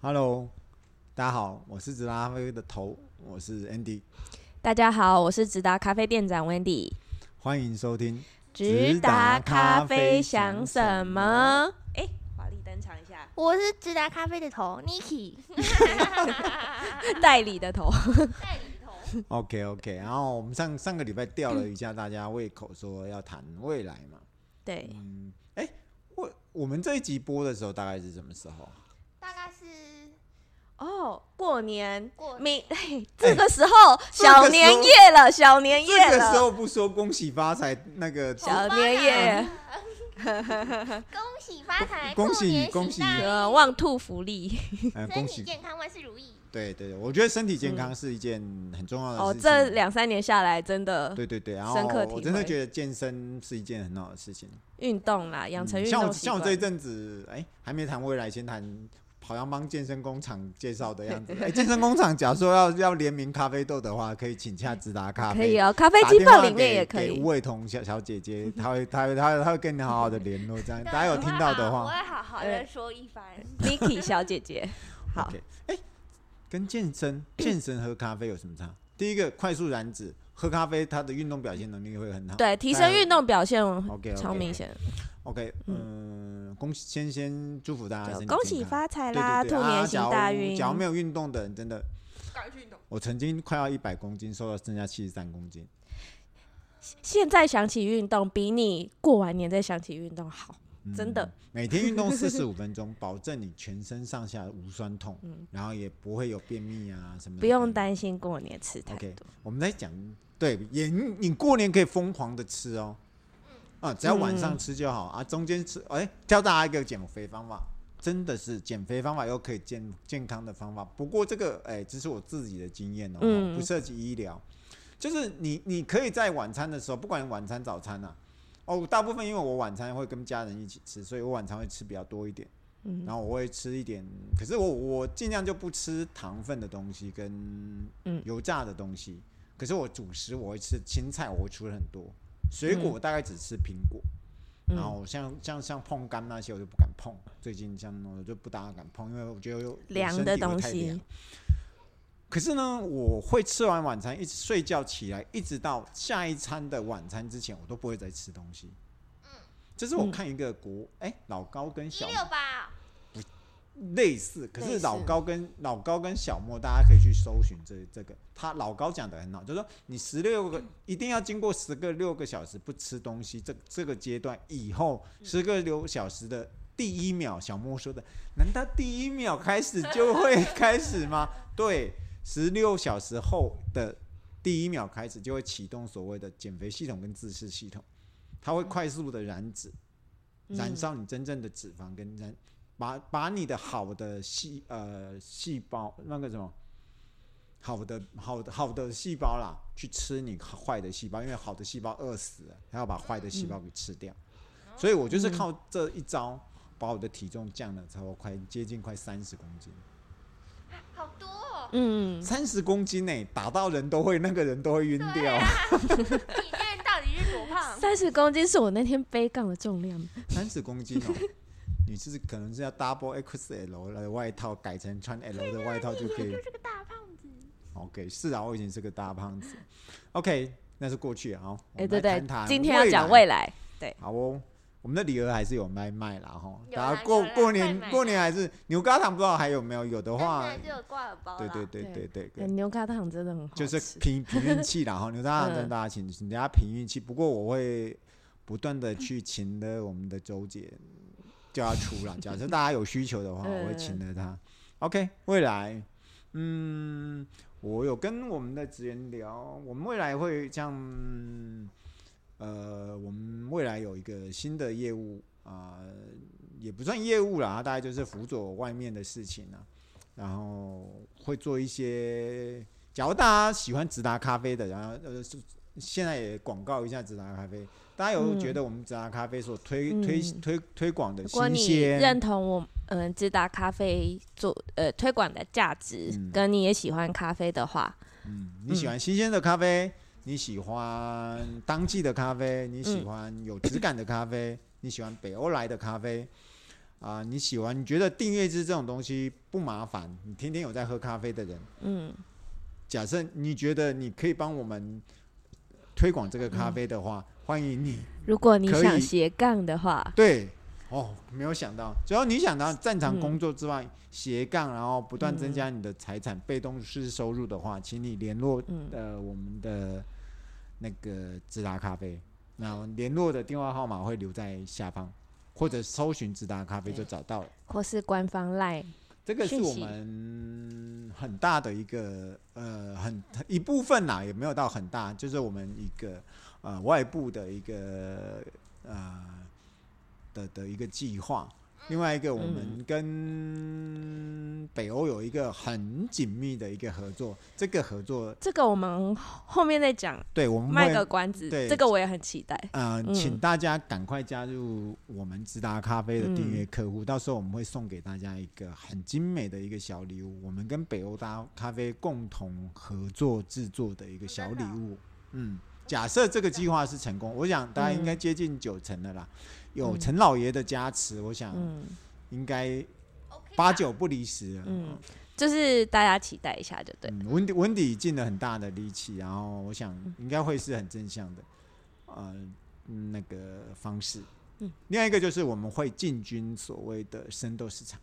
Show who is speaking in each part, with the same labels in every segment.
Speaker 1: Hello，大家好，我是直达咖啡的头，我是 Andy，
Speaker 2: 大家好，我是直达咖啡店长 Wendy。
Speaker 1: 欢迎收听。 直
Speaker 2: 直
Speaker 1: 达
Speaker 2: 达
Speaker 1: 咖
Speaker 2: 咖
Speaker 1: 啡
Speaker 2: 啡
Speaker 1: 想
Speaker 2: 想
Speaker 1: 什
Speaker 2: 什
Speaker 1: 么
Speaker 2: 么？哎、华丽登场一下，
Speaker 3: 我是直达咖啡的头 Niki，
Speaker 2: 代理 的头。
Speaker 3: 代理头，
Speaker 1: OK OK，然后我们上上个礼拜吊了一下大家胃口，说要谈未来嘛。
Speaker 2: 对，
Speaker 1: 嗯，哎、我我们这一集播的时候大概是什么时候？
Speaker 3: 大概是
Speaker 2: 哦，过年。
Speaker 3: 过
Speaker 2: 明嘿这个时候、小年夜了，小年夜
Speaker 1: 哎这个时
Speaker 2: 了，
Speaker 1: 候不说恭喜发财，那个
Speaker 2: 小年夜，
Speaker 3: 恭喜发财，
Speaker 1: 恭喜
Speaker 3: 兔年行
Speaker 1: 恭喜
Speaker 3: 大运
Speaker 2: 呃，旺兔福利
Speaker 1: 呃
Speaker 3: 身
Speaker 1: 恭
Speaker 3: 体
Speaker 1: 喜，
Speaker 3: 健康，万事如意。
Speaker 1: 对对对，我觉得身体健康是一件很重要
Speaker 2: 哦
Speaker 1: 的事。情。
Speaker 2: 这两三年下来，真的
Speaker 1: 对对对，然后
Speaker 2: 深刻体
Speaker 1: 我真的
Speaker 2: 会
Speaker 1: 觉得健身是一件很好的事情。
Speaker 2: 运动啦，养成
Speaker 1: 嗯
Speaker 2: 运
Speaker 1: 像
Speaker 2: 动
Speaker 1: 我
Speaker 2: 习
Speaker 1: 像
Speaker 2: 惯。
Speaker 1: 我这一阵子，哎、还没谈未来，先谈好像帮健身工厂介绍的 样子。哎、健身工厂假如说要要联名咖啡豆的话，可以请下直达咖啡。
Speaker 2: 可以哦，咖啡
Speaker 1: 打
Speaker 2: 机
Speaker 1: 电
Speaker 2: 泡
Speaker 1: 话
Speaker 2: 里面
Speaker 1: 给
Speaker 2: 也可
Speaker 1: 给
Speaker 2: 以
Speaker 1: 吴。伟彤小小姐姐，她会她会她会她会跟你好好的联络， 这样大家有
Speaker 3: 对啊
Speaker 1: 听到的
Speaker 3: 我
Speaker 1: 话
Speaker 2: 啊
Speaker 3: 会好好
Speaker 2: 对
Speaker 3: 的说一番。
Speaker 2: Niki 小姐 姐，好啊
Speaker 1: ，OK。哎、跟健身健身喝咖啡有什么差？第一个快速燃脂，喝咖啡它的运动表现能力会很好。
Speaker 2: 对，提升运动表现
Speaker 1: OK，
Speaker 2: 超明显。
Speaker 1: OK，嗯，恭喜先啊先祝福大家身体
Speaker 2: 恭喜
Speaker 1: 健康
Speaker 2: 发财
Speaker 1: 对
Speaker 2: 啦，
Speaker 1: 对对
Speaker 2: 兔
Speaker 1: 啊
Speaker 2: 年行大运。
Speaker 1: 假如假如没有运动的人，真的，
Speaker 3: 赶快去运动。
Speaker 1: 我曾经快要一百公斤，瘦到剩下七十三公斤。
Speaker 2: 现在想起运动，比你过完年再想起运动好。
Speaker 1: 嗯
Speaker 2: 真的，
Speaker 1: 每天运动四十五分钟， 保证你全身上下无酸痛，然后也不会有便秘啊什么的。
Speaker 2: 嗯不用。担心过年吃太
Speaker 1: OK，
Speaker 2: 多。
Speaker 1: 我们在讲，对，也你你过年可以疯狂的吃哦，啊，只要晚上吃就好、
Speaker 2: 嗯
Speaker 1: 啊，中间吃，哎，教大家一个减肥方法，真的是减肥方法又可以健健康的方法。不过这个，哎，这是我自己的经验哦，
Speaker 2: 嗯
Speaker 1: 不涉及医疗，就是你你可以在晚餐的时候，不管晚餐早餐啊。哦，大部分因为我晚餐会跟家人一起吃，所以我晚餐会吃比较多一点。
Speaker 2: 嗯
Speaker 1: 然后我会吃一点，可是我我尽量就不吃糖分的东西跟
Speaker 2: 嗯
Speaker 1: 油炸的东西。可是我主食我会吃青菜，我会吃很多，水果我大概只吃苹果。
Speaker 2: 嗯
Speaker 1: 然后像像像碰柑那些我就不敢碰，最近像我就不大敢碰，因为我觉得有
Speaker 2: 凉的东西。
Speaker 1: 我身体会太凉可是呢，我会吃完晚餐，一直睡觉起来，一直到下一餐的晚餐之前，我都不会再吃东西。这是我
Speaker 2: 嗯
Speaker 1: 看一个国哎、老高跟
Speaker 3: 一
Speaker 1: 小
Speaker 3: 六八，
Speaker 1: 类似，可
Speaker 2: 类
Speaker 1: 是
Speaker 2: 似
Speaker 1: 老高跟老高跟小莫，大家可以去搜寻这这个。他老高讲的很好，就是说你十六
Speaker 2: 嗯
Speaker 1: 个一定要经过十个六个小时不吃东西，这这个阶段以后，
Speaker 2: 嗯
Speaker 1: 十个六小时的第一秒，小莫说的，难道第一秒开始就会开始吗？对，十六小时后的第一秒开始就会启动所谓的减肥系统跟自噬系统，它会快速的燃脂，燃烧你真正的脂肪跟燃把把你的好的细呃细胞那个什么。好的，好的，好的细胞啦，去吃你坏的细胞，因为好的细胞饿死了，它要把坏的细胞给吃掉。所以我就是靠这一招，把我的体重降了，差不多快接近快三十公斤，
Speaker 3: 好多哦。
Speaker 2: 嗯，
Speaker 1: 三十公斤呢、打到人都会，那个人都会晕掉。
Speaker 3: 啊你这人到底是 多
Speaker 1: 嗯
Speaker 3: 胖？
Speaker 2: 三十公斤是我那天背杠的重量。
Speaker 1: 三十公斤哦、 你是可能是要 double XL 的外套改成穿 L 的外套就 可以。
Speaker 3: 是个大胖子。
Speaker 1: OK，是啊，我以前是个大胖子。OK，那是过去啊。好
Speaker 2: 哎、对对，今天
Speaker 1: 要
Speaker 2: 要讲未来。
Speaker 1: 好哦，我们的礼盒还是有卖卖啦哈。
Speaker 3: 有啦
Speaker 2: 啊
Speaker 1: 大家过
Speaker 3: 有啦
Speaker 1: 过
Speaker 3: 快
Speaker 1: 年
Speaker 3: 买啦
Speaker 1: 过年还是牛轧糖，不知道还有没有？有的话
Speaker 3: 但，是只有挂耳包啦
Speaker 1: 对对对对对对
Speaker 2: 哎，牛轧糖真的很好
Speaker 1: 就
Speaker 2: 吃，
Speaker 1: 是凭凭运气啦 哈。牛大糖
Speaker 2: 嗯
Speaker 1: 真的大家请请大家凭运气，不过我会不断的去请的我们的周姐叫她出啦。假设大家有需求的话，
Speaker 2: 嗯
Speaker 1: 我会请了她。OK，未来，嗯，我有跟我们的职员聊，我们未来会像，呃，我们未来有一个新的业务啊、也不算业务啦，大概就是辅佐外面的事情啊。然后会做一些，假如大家喜欢直达咖啡的，然后呃，是现在也广告一下直达咖啡。大家有
Speaker 2: 嗯
Speaker 1: 觉得我们直达咖啡所推、
Speaker 2: 嗯
Speaker 1: 推推推广的
Speaker 2: 如果
Speaker 1: 新
Speaker 2: 你认
Speaker 1: 鲜，
Speaker 2: 同我嗯直达咖啡做呃推广的价值，
Speaker 1: 嗯
Speaker 2: 跟你也喜欢咖啡的话，
Speaker 1: 嗯，你喜欢新鲜的咖啡，你喜欢当
Speaker 2: 嗯
Speaker 1: 季的咖啡，你喜欢有质感的咖啡，你喜欢北欧来的咖啡，啊、你喜欢，你觉得订阅制这种东西不麻烦，你天天有在喝咖啡的人，
Speaker 2: 嗯，
Speaker 1: 假设你觉得你可以帮我们推广这个咖啡的
Speaker 2: 嗯
Speaker 1: 话，欢迎你。
Speaker 2: 如果你
Speaker 1: 可
Speaker 2: 想
Speaker 1: 以
Speaker 2: 斜杠的话，
Speaker 1: 对，哦，没有想到，只要你想到正常
Speaker 2: 嗯
Speaker 1: 工作之外，斜杠，然后不断增
Speaker 2: 嗯
Speaker 1: 加你的财产、被动式收入的话，请你联络
Speaker 2: 嗯，
Speaker 1: 呃我们的那个直达咖啡，那联络的电话号码会留在下方，或者搜寻直达咖啡就
Speaker 2: 对
Speaker 1: 找到了。
Speaker 2: 或是官方 line，
Speaker 1: 这个是
Speaker 2: 讯
Speaker 1: 我
Speaker 2: 息
Speaker 1: 们很大的一个呃很一部分啦，也没有到很大，就是我们一个呃外部的一个呃的的一个计划。另外一个，我们跟北欧有一个很紧密的一个合作，这个合作
Speaker 2: 这个我们后面再讲，
Speaker 1: 对我们
Speaker 2: 卖
Speaker 1: 会
Speaker 2: 个关子
Speaker 1: 对，
Speaker 2: 这个我也很期待。
Speaker 1: 呃，
Speaker 2: 嗯
Speaker 1: 请大家赶快加入我们直达咖啡的订阅
Speaker 2: 嗯
Speaker 1: 客户，到时候我们会送给大家一个很精美的一个小礼物，我们跟北欧达咖啡共同合作制作的一个小礼物。
Speaker 2: 啊
Speaker 1: 嗯，假设这个计划是成功，我想大家应该接近九成的啦。有
Speaker 2: 嗯
Speaker 1: 陈老爷的加持，我想
Speaker 2: 嗯，
Speaker 1: 应该
Speaker 3: OK
Speaker 1: 八
Speaker 3: 吧
Speaker 1: 九不离十了。
Speaker 2: 嗯，就是大家期待一下就对。
Speaker 1: 嗯，温迪温迪尽了很大的力气，然后我想
Speaker 2: 嗯
Speaker 1: 应该会是很正向的，呃，嗯那个方式。
Speaker 2: 嗯，
Speaker 1: 另外一个就是我们会进军所谓的生豆市场。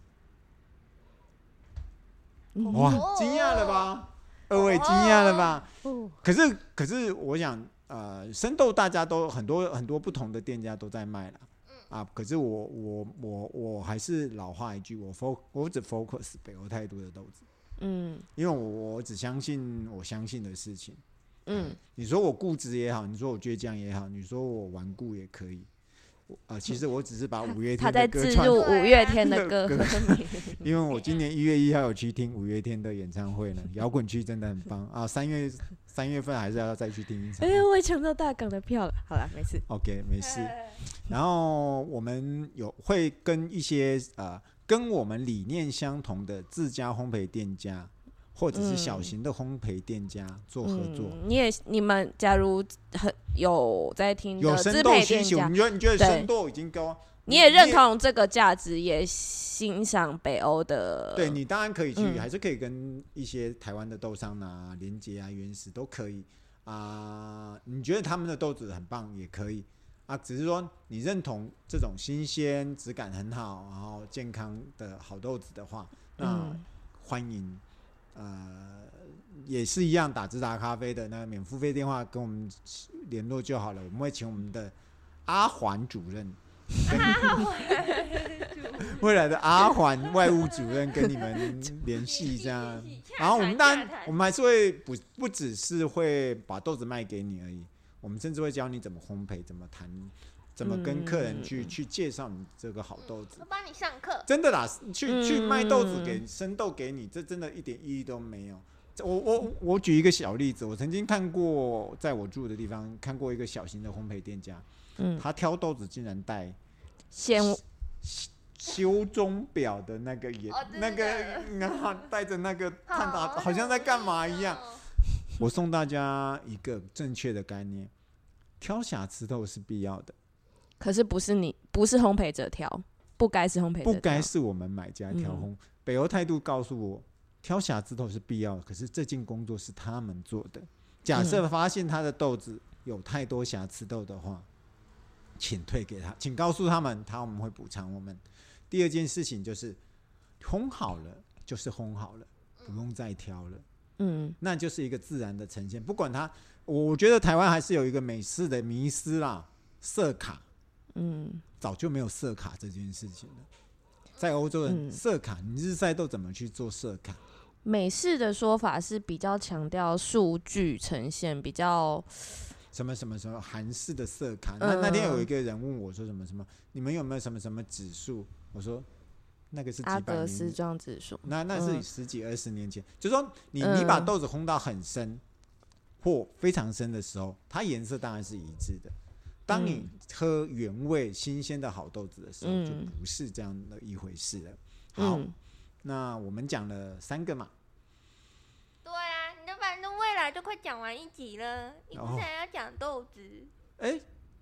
Speaker 2: 嗯
Speaker 1: 哇，惊讶了吧？二位惊讶了吧？
Speaker 2: 哦，
Speaker 1: 可是可是我想，呃，生豆大家都很多很多不同的店家都在卖了。
Speaker 2: 嗯
Speaker 1: 啊，可是我我我我还是老话一句，我 fo 我只 focus 北欧态度的豆子，
Speaker 2: 嗯
Speaker 1: 因为我我只相信我相信的事情。
Speaker 2: 嗯，
Speaker 1: 你说我固执也好，你说我倔强也好，你说我顽固也可以。我啊、其实我只是把五月
Speaker 2: 他
Speaker 1: 天
Speaker 2: 在
Speaker 1: 的歌
Speaker 2: 置
Speaker 1: 串
Speaker 2: 入
Speaker 1: 出，
Speaker 2: 五月天的歌
Speaker 1: 歌
Speaker 2: 和你
Speaker 1: 因为我今年一月一号有去听五月天的演唱会呢，摇滚区真的很棒啊！三月三月份还是要再去听一场
Speaker 2: 哎。呀，我也抢到大港的票了。好了，没事。
Speaker 1: OK，没事。
Speaker 3: 哎
Speaker 1: 然后我们有会跟一些呃跟我们理念相同的自家烘焙店家，或者是小
Speaker 2: 嗯
Speaker 1: 型的烘焙店家做合作。
Speaker 2: 嗯，你也你们假如很有在听
Speaker 1: 有
Speaker 2: 的
Speaker 1: 生
Speaker 2: 资
Speaker 1: 豆
Speaker 2: 培
Speaker 1: 需
Speaker 2: 店
Speaker 1: 求，
Speaker 2: 家，
Speaker 1: 你觉得你觉得
Speaker 2: 对
Speaker 1: 生豆已经高，
Speaker 2: 你也认同这个价值，也欣赏北欧的，
Speaker 1: 对你当然可以去，
Speaker 2: 嗯
Speaker 1: 还是可以跟一些台湾的豆商啊、连接啊、原始都可以啊、你觉得他们的豆子很棒也可以啊，只是说你认同这种新鲜、质感很好，然后健康的好豆子的话，那
Speaker 2: 嗯
Speaker 1: 欢迎呃。也是一样，打直达咖啡的那个免付费电话跟我们联络就好了。我们会请我们的阿环主任，未来的阿环外务主任跟你们联系这 样
Speaker 3: 联系联系，
Speaker 1: 然后我们当然
Speaker 3: 洽谈洽谈
Speaker 1: 我们还是会不不只是会把豆子卖给你而已，我们甚至会教你怎么烘焙，怎么谈，怎么跟客人去、去介绍你这个好豆子
Speaker 3: 嗯我。帮你上课，
Speaker 1: 真的啦，去去卖豆子
Speaker 2: 嗯
Speaker 1: 给生豆给你，这真的一点意义都没有。这我我我举一个小例子，我曾经看过，在我住的地方看过一个小型的烘焙店家，
Speaker 2: 嗯，
Speaker 1: 他挑豆子竟然带
Speaker 2: 先
Speaker 1: 修钟表的那个也、
Speaker 3: 哦对
Speaker 1: 那
Speaker 3: 对
Speaker 1: 个
Speaker 3: 对，
Speaker 1: 然后带着那个探讨，
Speaker 3: 好
Speaker 1: 好像在干嘛一样。
Speaker 3: 哦
Speaker 1: 我送大家一个正确的概念：挑瑕疵豆是必要的，
Speaker 2: 可是不是你，不是烘焙者挑，不该是烘焙者挑，
Speaker 1: 不该是我们买家挑烘。北欧态度告诉我，挑瑕疵豆是必要的，可是这件工作是他们做的。假设发现他的豆子有太多瑕疵豆的话，请退给他，请告诉他们，他我们会补偿我们。第二件事情就是，烘好了就是烘好了，不用再挑了。
Speaker 2: 嗯
Speaker 1: 那就是一个自然的呈现。不管它，我觉得台湾还是有一个美式的迷失啦，色卡
Speaker 2: 嗯
Speaker 1: 早就没有色卡这件事情了。在欧洲人，
Speaker 2: 嗯
Speaker 1: 色卡你日晒豆怎么去做色卡？
Speaker 2: 美式的说法是比较强调数据呈现，比较
Speaker 1: 什么什么什么韩式的色卡？那那天有一个人问我说什么什么，你们有没有什么什么指数？我说那个是
Speaker 2: 阿
Speaker 1: 几百
Speaker 2: 格斯
Speaker 1: 年，
Speaker 2: 庄指 数。
Speaker 1: 那那是
Speaker 2: 嗯
Speaker 1: 十几二十年前，就说你你把
Speaker 2: 嗯
Speaker 1: 豆子烘到很深或非常深的时候，它颜色当然是一致的。当你
Speaker 2: 嗯
Speaker 1: 喝原味新鲜的好豆子的时候，就
Speaker 2: 嗯
Speaker 1: 不是这样的一回事了。好，
Speaker 2: 嗯，
Speaker 1: 那我们讲了三个嘛，
Speaker 3: 对啊，你都反正未来都快讲完一集了，你
Speaker 1: 哦
Speaker 2: 哦
Speaker 3: 不是还要讲豆子？
Speaker 1: 哎，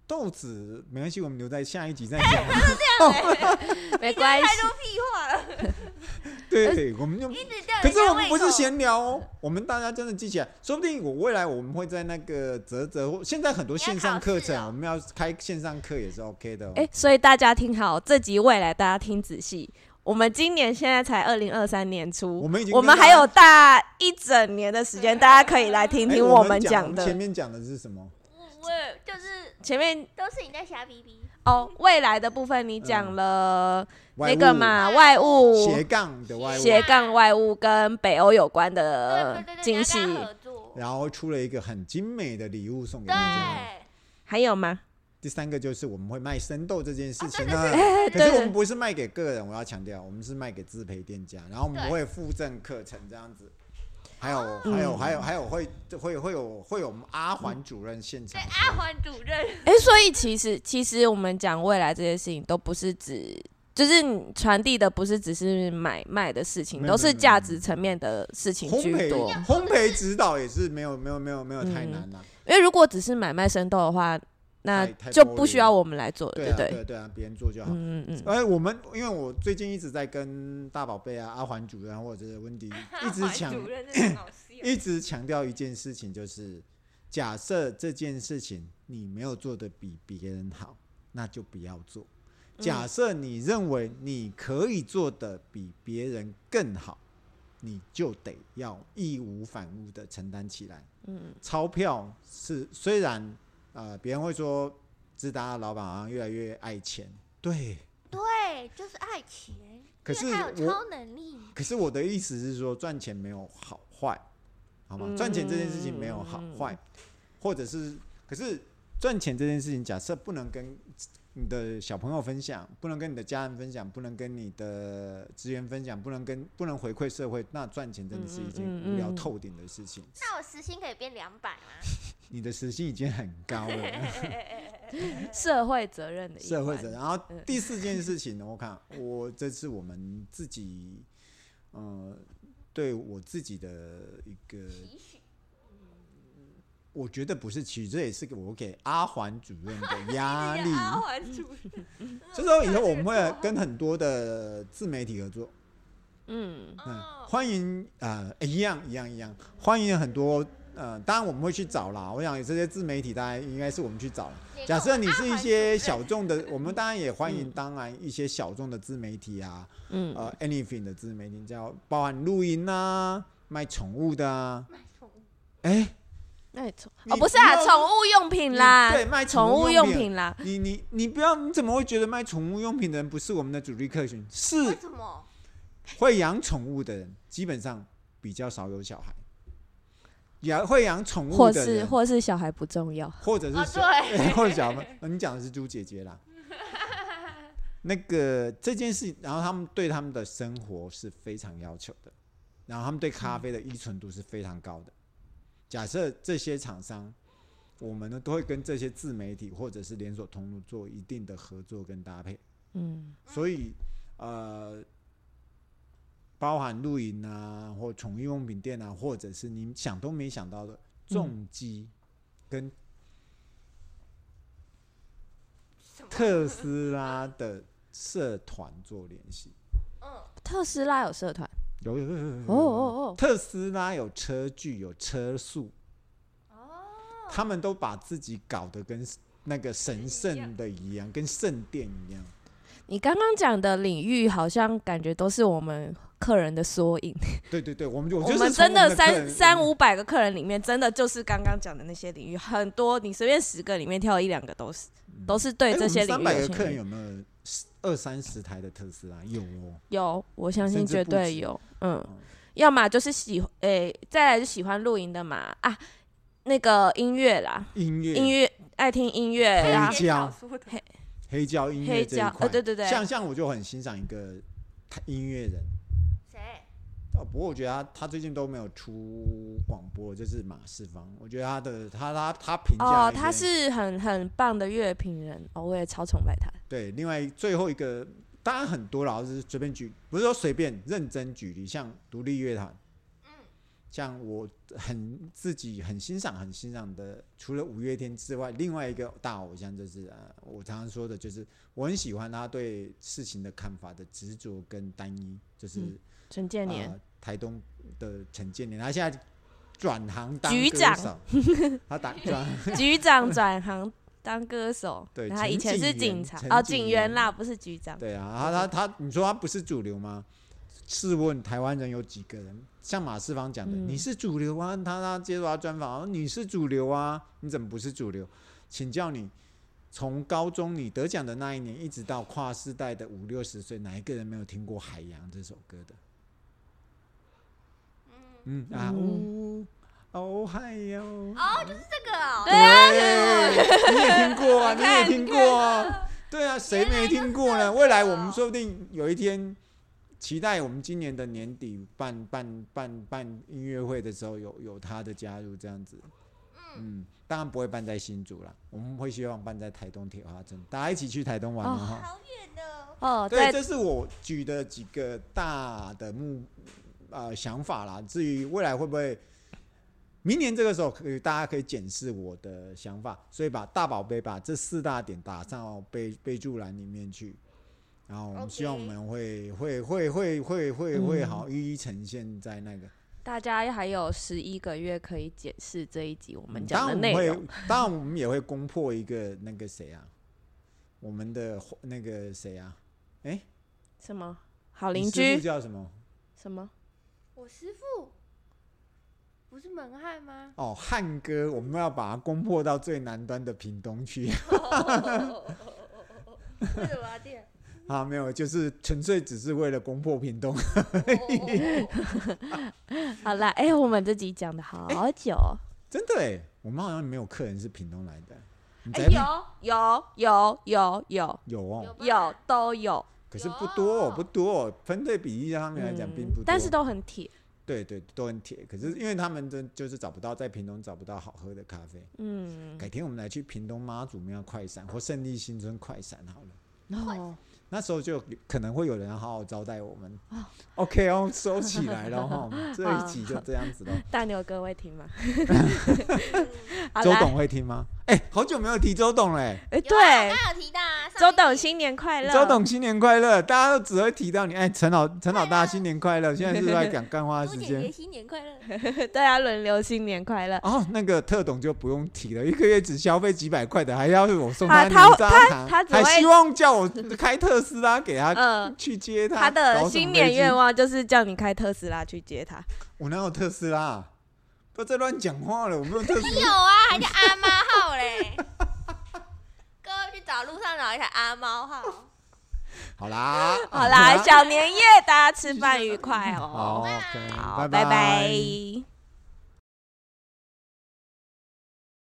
Speaker 1: 豆子没关系，我们留在下一集再讲。
Speaker 2: 没关系
Speaker 3: 太。多屁话了，
Speaker 1: 对，
Speaker 2: 呃
Speaker 1: 我们就
Speaker 3: 一直吊
Speaker 1: 可
Speaker 3: 人
Speaker 1: 是
Speaker 3: 家
Speaker 1: 我们
Speaker 3: 胃
Speaker 1: 不是
Speaker 3: 口
Speaker 1: 闲聊哦，我们大家真的记起来，说不定我未来我们会在那个泽泽或，现在很多
Speaker 3: 你要
Speaker 1: 线上
Speaker 3: 考
Speaker 1: 课
Speaker 3: 试
Speaker 1: 程，啊
Speaker 3: 哦
Speaker 1: 我们要开线上课也是 OK 的哦。
Speaker 2: 哎、所以大家听好，这集未来大家听仔细。我们今年现在才二零二三年初，
Speaker 1: 我们已经
Speaker 2: 我
Speaker 1: 跟
Speaker 2: 们
Speaker 1: 大
Speaker 2: 还
Speaker 1: 家
Speaker 2: 有大一整年的时间，大家可以来听
Speaker 1: 哎
Speaker 2: 听
Speaker 1: 我
Speaker 2: 们
Speaker 1: 讲
Speaker 2: 讲的。
Speaker 1: 前面讲的是什么？
Speaker 3: 我我就是
Speaker 2: 前面
Speaker 3: 都是你在瞎逼逼，
Speaker 2: 哦，未来的部分你讲了
Speaker 1: 嗯外
Speaker 2: 那个
Speaker 1: 物
Speaker 2: 嘛，外物
Speaker 1: 斜杠的外物，
Speaker 2: 斜杠外物跟北欧有关
Speaker 3: 对
Speaker 2: 的
Speaker 3: 对对对，你
Speaker 2: 呃惊
Speaker 3: 要
Speaker 2: 喜，
Speaker 3: 跟他合作，
Speaker 1: 然后出了一个很精美的礼物送给
Speaker 3: 对，
Speaker 1: 大家。
Speaker 3: 哦
Speaker 2: 还有吗？
Speaker 1: 第三个就是我们会卖生豆这件事情
Speaker 3: 哦
Speaker 1: 啊呢。
Speaker 3: 对对对
Speaker 1: 可
Speaker 3: 对
Speaker 1: 是我
Speaker 2: 对
Speaker 1: 们不是卖给个人，我要强调，我们是卖给自培店家，然后我们
Speaker 3: 对哦
Speaker 1: 会附赠课程这样子，还有还有
Speaker 2: 嗯
Speaker 1: 还有还有会会会有会有我们阿环主任现场
Speaker 3: 对，，阿环主任，
Speaker 2: 哎、所以其实其实我们讲未来这些事情，都不是指就是你传递的不是只是买卖的事情，
Speaker 1: 没有
Speaker 2: 都是价值层面的事情
Speaker 1: 烘
Speaker 2: 居
Speaker 1: 焙
Speaker 2: 多。
Speaker 1: 烘焙指导也是没有没有没有没有
Speaker 2: 嗯
Speaker 1: 太难了，
Speaker 2: 因为如果只是买卖生豆的话，那
Speaker 1: 太太
Speaker 2: 就
Speaker 1: boring
Speaker 2: 不需要我们来做，
Speaker 1: 对
Speaker 2: 对
Speaker 1: 啊
Speaker 2: 不
Speaker 1: 对啊对啊，别人做就好。
Speaker 2: 嗯嗯 嗯，
Speaker 1: 哎，我们因为我最近一直在跟大宝贝啊、阿环主任或者是温迪一直
Speaker 3: 阿环
Speaker 1: 强
Speaker 3: 主任真的很 好笑
Speaker 1: 一直强调一件事情，就是假设这件事情你没有做的比别人好，那就不要做；
Speaker 3: 嗯
Speaker 1: 假设你认为你可以做的比别人更好，你就得要义无反顾的承担起来。
Speaker 2: 嗯，
Speaker 1: 钞票是虽然呃，别人会说，自达老板好像越来越爱钱，对，
Speaker 3: 对，就是爱钱，
Speaker 1: 可是
Speaker 3: 因为他有
Speaker 1: 我
Speaker 3: 超能力，
Speaker 1: 可是我的意思是说，赚钱没有好坏，好吗？
Speaker 2: 嗯
Speaker 1: 赚钱这件事情没有好坏，或者是，可是赚钱这件事情，假设不能跟你的小朋友分享，不能跟你的家人分享，不能跟你的职员分享，不能跟不能回馈社会，那赚钱真的是一件
Speaker 2: 嗯嗯嗯
Speaker 1: 无聊
Speaker 2: 嗯
Speaker 1: 透顶的事情。
Speaker 3: 那我时薪可以变两百吗？
Speaker 1: 你的时薪已经很高了。呃
Speaker 2: 社会责任的一
Speaker 1: 社会
Speaker 2: 环
Speaker 1: 责任。然后
Speaker 2: 嗯
Speaker 1: 第四件事情呢，我看我这是我们自己，呃，对我自己的一个，
Speaker 3: 期许，
Speaker 1: 我觉得不是期许，这也是给我给阿环主任的压 力。
Speaker 3: 哎阿环主任，
Speaker 1: 所以说以后我们会跟很多的自媒体合作，
Speaker 2: 嗯，
Speaker 1: 嗯，
Speaker 3: 哦
Speaker 1: 欢迎呃诶一样一样一样，欢迎很多呃，当然我们会去找啦。我想这些自媒体大概应该是我们去找。
Speaker 3: 哎
Speaker 1: 假设你是一些小众的，我们当然也欢迎，当然一些小众的自媒体啊，
Speaker 2: 嗯
Speaker 3: 哎
Speaker 1: 呃，anything 的自媒体，叫包含露营啊、卖宠物的啊，
Speaker 2: 嗯
Speaker 1: 哎，
Speaker 2: 那也宠
Speaker 1: 你
Speaker 2: 哦不是啊，
Speaker 1: 不要
Speaker 2: 宠物用品啦，
Speaker 1: 对，卖
Speaker 2: 宠
Speaker 1: 物
Speaker 2: 物
Speaker 1: 用
Speaker 2: 用。品啦，
Speaker 1: 你你你不要，你怎么会觉得卖宠物用品的人不是我们的主力客群？
Speaker 3: 为
Speaker 1: 是
Speaker 3: 什么？
Speaker 1: 会养宠物的人，基本上比较少有小孩。养会养宠物
Speaker 2: 或
Speaker 1: 的
Speaker 2: 是
Speaker 1: 人，
Speaker 2: 或是小孩不重要，
Speaker 1: 或者
Speaker 3: 哦
Speaker 1: 是小、
Speaker 3: 对
Speaker 1: 或者小妹，呃你讲的是猪姐姐 啦。那个这件事，然后他们对他们的生活是非常要求的，然后他们对咖啡的依存度是非常高的。假设这些厂商，我们呢都会跟这些自媒体或者是连锁通路做一定的合作跟搭配，
Speaker 2: 嗯
Speaker 1: 所以呃，包含露营啊，或宠物用品店啊，或者是你想都没想到的
Speaker 3: 嗯
Speaker 1: 重机跟
Speaker 3: 什么？
Speaker 1: 特斯拉的社团做联系。
Speaker 3: 嗯，
Speaker 2: 特斯拉有社团，
Speaker 1: 有有有有有有
Speaker 2: 哦哦哦
Speaker 1: 特斯拉有车距，有车速，
Speaker 2: 嗯
Speaker 3: 哦，
Speaker 1: 他们都把自己搞得跟那个神圣的一样，跟圣殿一样。
Speaker 2: 你刚刚讲的领域好像感觉都是我们客人的缩影，
Speaker 1: 对对对，我们就
Speaker 2: 我
Speaker 1: 就是
Speaker 2: 们
Speaker 1: 从
Speaker 2: 真的
Speaker 1: 客
Speaker 2: 三
Speaker 1: 人嗯
Speaker 2: 三五百个客人里面，真的就是刚刚讲的那些领域，很多你随便十个里面挑一两个都是都是对
Speaker 1: 哎
Speaker 2: 这些
Speaker 1: 我们
Speaker 2: 领
Speaker 1: 三
Speaker 2: 域
Speaker 1: 百
Speaker 2: 有
Speaker 1: 个
Speaker 2: 兴
Speaker 1: 客人
Speaker 2: 趣
Speaker 1: 有没有二三十台的特斯拉？有哦，
Speaker 2: 有，我相信
Speaker 1: 甚至
Speaker 2: 绝
Speaker 1: 不
Speaker 2: 对
Speaker 1: 止
Speaker 2: 有，嗯
Speaker 1: 嗯，
Speaker 2: 要么就是喜诶、再来就喜欢露营的嘛啊，那个音乐啦，
Speaker 1: 音乐
Speaker 2: 音乐爱听音乐
Speaker 1: 黑
Speaker 3: 哦
Speaker 2: 啦
Speaker 1: 胶，教
Speaker 3: 说的，
Speaker 1: 黑胶音乐
Speaker 2: 黑
Speaker 1: 这一
Speaker 2: 胶
Speaker 1: 块，
Speaker 2: 呃对对对
Speaker 1: 像像我就很欣赏一个他音乐人。
Speaker 3: 谁？
Speaker 1: 哦，不过我觉得他他最近都没有出广播，就是马世芳，我觉得他的他他他评价
Speaker 2: 哦
Speaker 1: 了，一
Speaker 2: 他
Speaker 1: 些
Speaker 2: 是很很棒的乐评人哦，我也超崇拜他。
Speaker 1: 对，另外最后一个当然很多啦，就是随便举，不是说随便认真举例，像独立乐坛，
Speaker 3: 嗯，
Speaker 1: 像我很自己很欣赏、很欣赏的，除了五月天之外，另外一个大偶像就是呃，我常常说的，就是我很喜欢他对事情的看法的执着跟单一，就是、
Speaker 2: 嗯陈建年、
Speaker 1: 呃、台东的陈建年，他现在转行当
Speaker 2: 局
Speaker 1: 歌
Speaker 2: 长
Speaker 1: 手， 他打转
Speaker 2: 局长转行当歌手，
Speaker 1: 对
Speaker 2: 然后他以前是警察
Speaker 1: 陈警员
Speaker 2: 哦，
Speaker 1: 陈
Speaker 2: 警
Speaker 1: 警
Speaker 2: 员
Speaker 1: 员
Speaker 2: 啦，不是局长。
Speaker 1: 对啊，他他他，你说他不是主流吗？试问台湾人有几个人像马世芳讲的，
Speaker 2: 嗯
Speaker 1: 你是主流啊？他他接受他专访，你是主流啊？你怎么不是主流？请教你，从高中你得奖的那一年，一直到跨世代的五六十岁，哪一个人没有听过《海洋》这首歌的？
Speaker 3: 嗯，
Speaker 1: 嗯啊
Speaker 2: 嗯
Speaker 1: 呜，哦嗨哟，
Speaker 3: 哦，就是这个哦，
Speaker 1: 对，你也听过啊，你也
Speaker 2: 看
Speaker 1: 听过啊，对啊，谁没听过呢？未来我们说不定有一天，期待我们今年的年底办办办办音乐会的时候有有他的加入这样子。嗯，当然不会办在新竹啦，我们会希望办在台东铁花镇，大家一起去台东玩哦。哈
Speaker 3: 好远的，
Speaker 2: 哦，
Speaker 1: 对，
Speaker 2: 在
Speaker 1: 这是我举的几个大的目呃想法啦。至于未来会不会，明年这个时候可以大家可以检视我的想法，所以把大宝贝把这四大点打上备备注栏里面去。然后我们
Speaker 3: OK
Speaker 1: 希望我们会会会会会会会
Speaker 2: 嗯
Speaker 1: 好一一呈现在那个，
Speaker 2: 大家还有十一个月可以解释这一集我们讲
Speaker 1: 嗯当
Speaker 2: 的
Speaker 1: 然我
Speaker 2: 内
Speaker 1: 们
Speaker 2: 容
Speaker 1: 会。，当然我们也会攻破一个那个谁啊，我们的那个谁啊，哎，
Speaker 2: 什么？好
Speaker 1: 你
Speaker 2: 邻
Speaker 1: 师父
Speaker 2: 居？
Speaker 1: 叫什么？
Speaker 2: 什么？
Speaker 3: 我师傅不是门汉吗？
Speaker 1: 哦，汉歌，我们要把它攻破到最南端的屏东去
Speaker 3: 为什么要这样？
Speaker 1: 啊！没有，就是纯粹只是为了攻破屏东。
Speaker 3: 哦
Speaker 2: 好啦，哎、我们这集讲的好久哦，
Speaker 1: 真的哎，我们好像没有客人是屏东来的，你
Speaker 2: 哎、
Speaker 1: 才不
Speaker 2: 有有有有
Speaker 1: 有哦，
Speaker 2: 有
Speaker 3: 吧
Speaker 2: 有都有，
Speaker 1: 可是不多、哦
Speaker 3: 有，
Speaker 1: 不多、哦，分对比例上面来讲并不多，
Speaker 2: 嗯但是都很铁。
Speaker 1: 对对都很铁。可是因为他们真就是找不到在屏东找不到好喝的咖啡，
Speaker 2: 嗯，
Speaker 1: 改天我们来去屏东妈祖庙快闪或胜利新村快闪好了。
Speaker 2: 哦，
Speaker 1: 那时候就可能会有人好好招待我们。OK 哦，收起来了哈，这一集就这样子喽。
Speaker 2: 大牛哥会 听吗？好
Speaker 1: 周
Speaker 2: 啦，
Speaker 1: 董会听吗？哎、好久没有提周董嘞、
Speaker 2: 哎、
Speaker 3: 有啊
Speaker 2: 对，
Speaker 3: 刚刚有提到啊，上
Speaker 2: 周
Speaker 3: 一
Speaker 2: 董
Speaker 3: 集
Speaker 2: 新年快乐，
Speaker 1: 周董新年快乐！大家都只会提到你，哎、陈老陈老大新年 快乐！现在是在讲干花
Speaker 3: 朱
Speaker 1: 时
Speaker 3: 姐
Speaker 1: 间
Speaker 3: 姐新年快 乐，
Speaker 2: 大家啊轮流新年快乐。
Speaker 1: 哦，那个特董就不用提了，一个月只消费几百块的，还要我送
Speaker 2: 啊
Speaker 1: 他
Speaker 2: 他
Speaker 1: 牛轧糖，
Speaker 2: 他只
Speaker 1: 还
Speaker 2: 会
Speaker 1: 希望叫我开特斯 拉给他、
Speaker 2: 嗯，
Speaker 1: 去接
Speaker 2: 他
Speaker 1: 搞什
Speaker 2: 的
Speaker 1: 么
Speaker 2: 新
Speaker 1: 飞
Speaker 2: 年
Speaker 1: 机
Speaker 2: 愿望就是叫你开特斯拉去接他。
Speaker 1: 我哪有特斯拉？不要再乱讲话了，我没有特斯
Speaker 3: 有啊，还叫阿猫号嘞， 各位去找路上找一台阿猫号，
Speaker 1: 好啦，
Speaker 2: 好
Speaker 1: 好
Speaker 2: 啦，小年夜大家吃饭愉快哦。
Speaker 1: 好，OK，
Speaker 2: 好，
Speaker 1: 拜
Speaker 2: 拜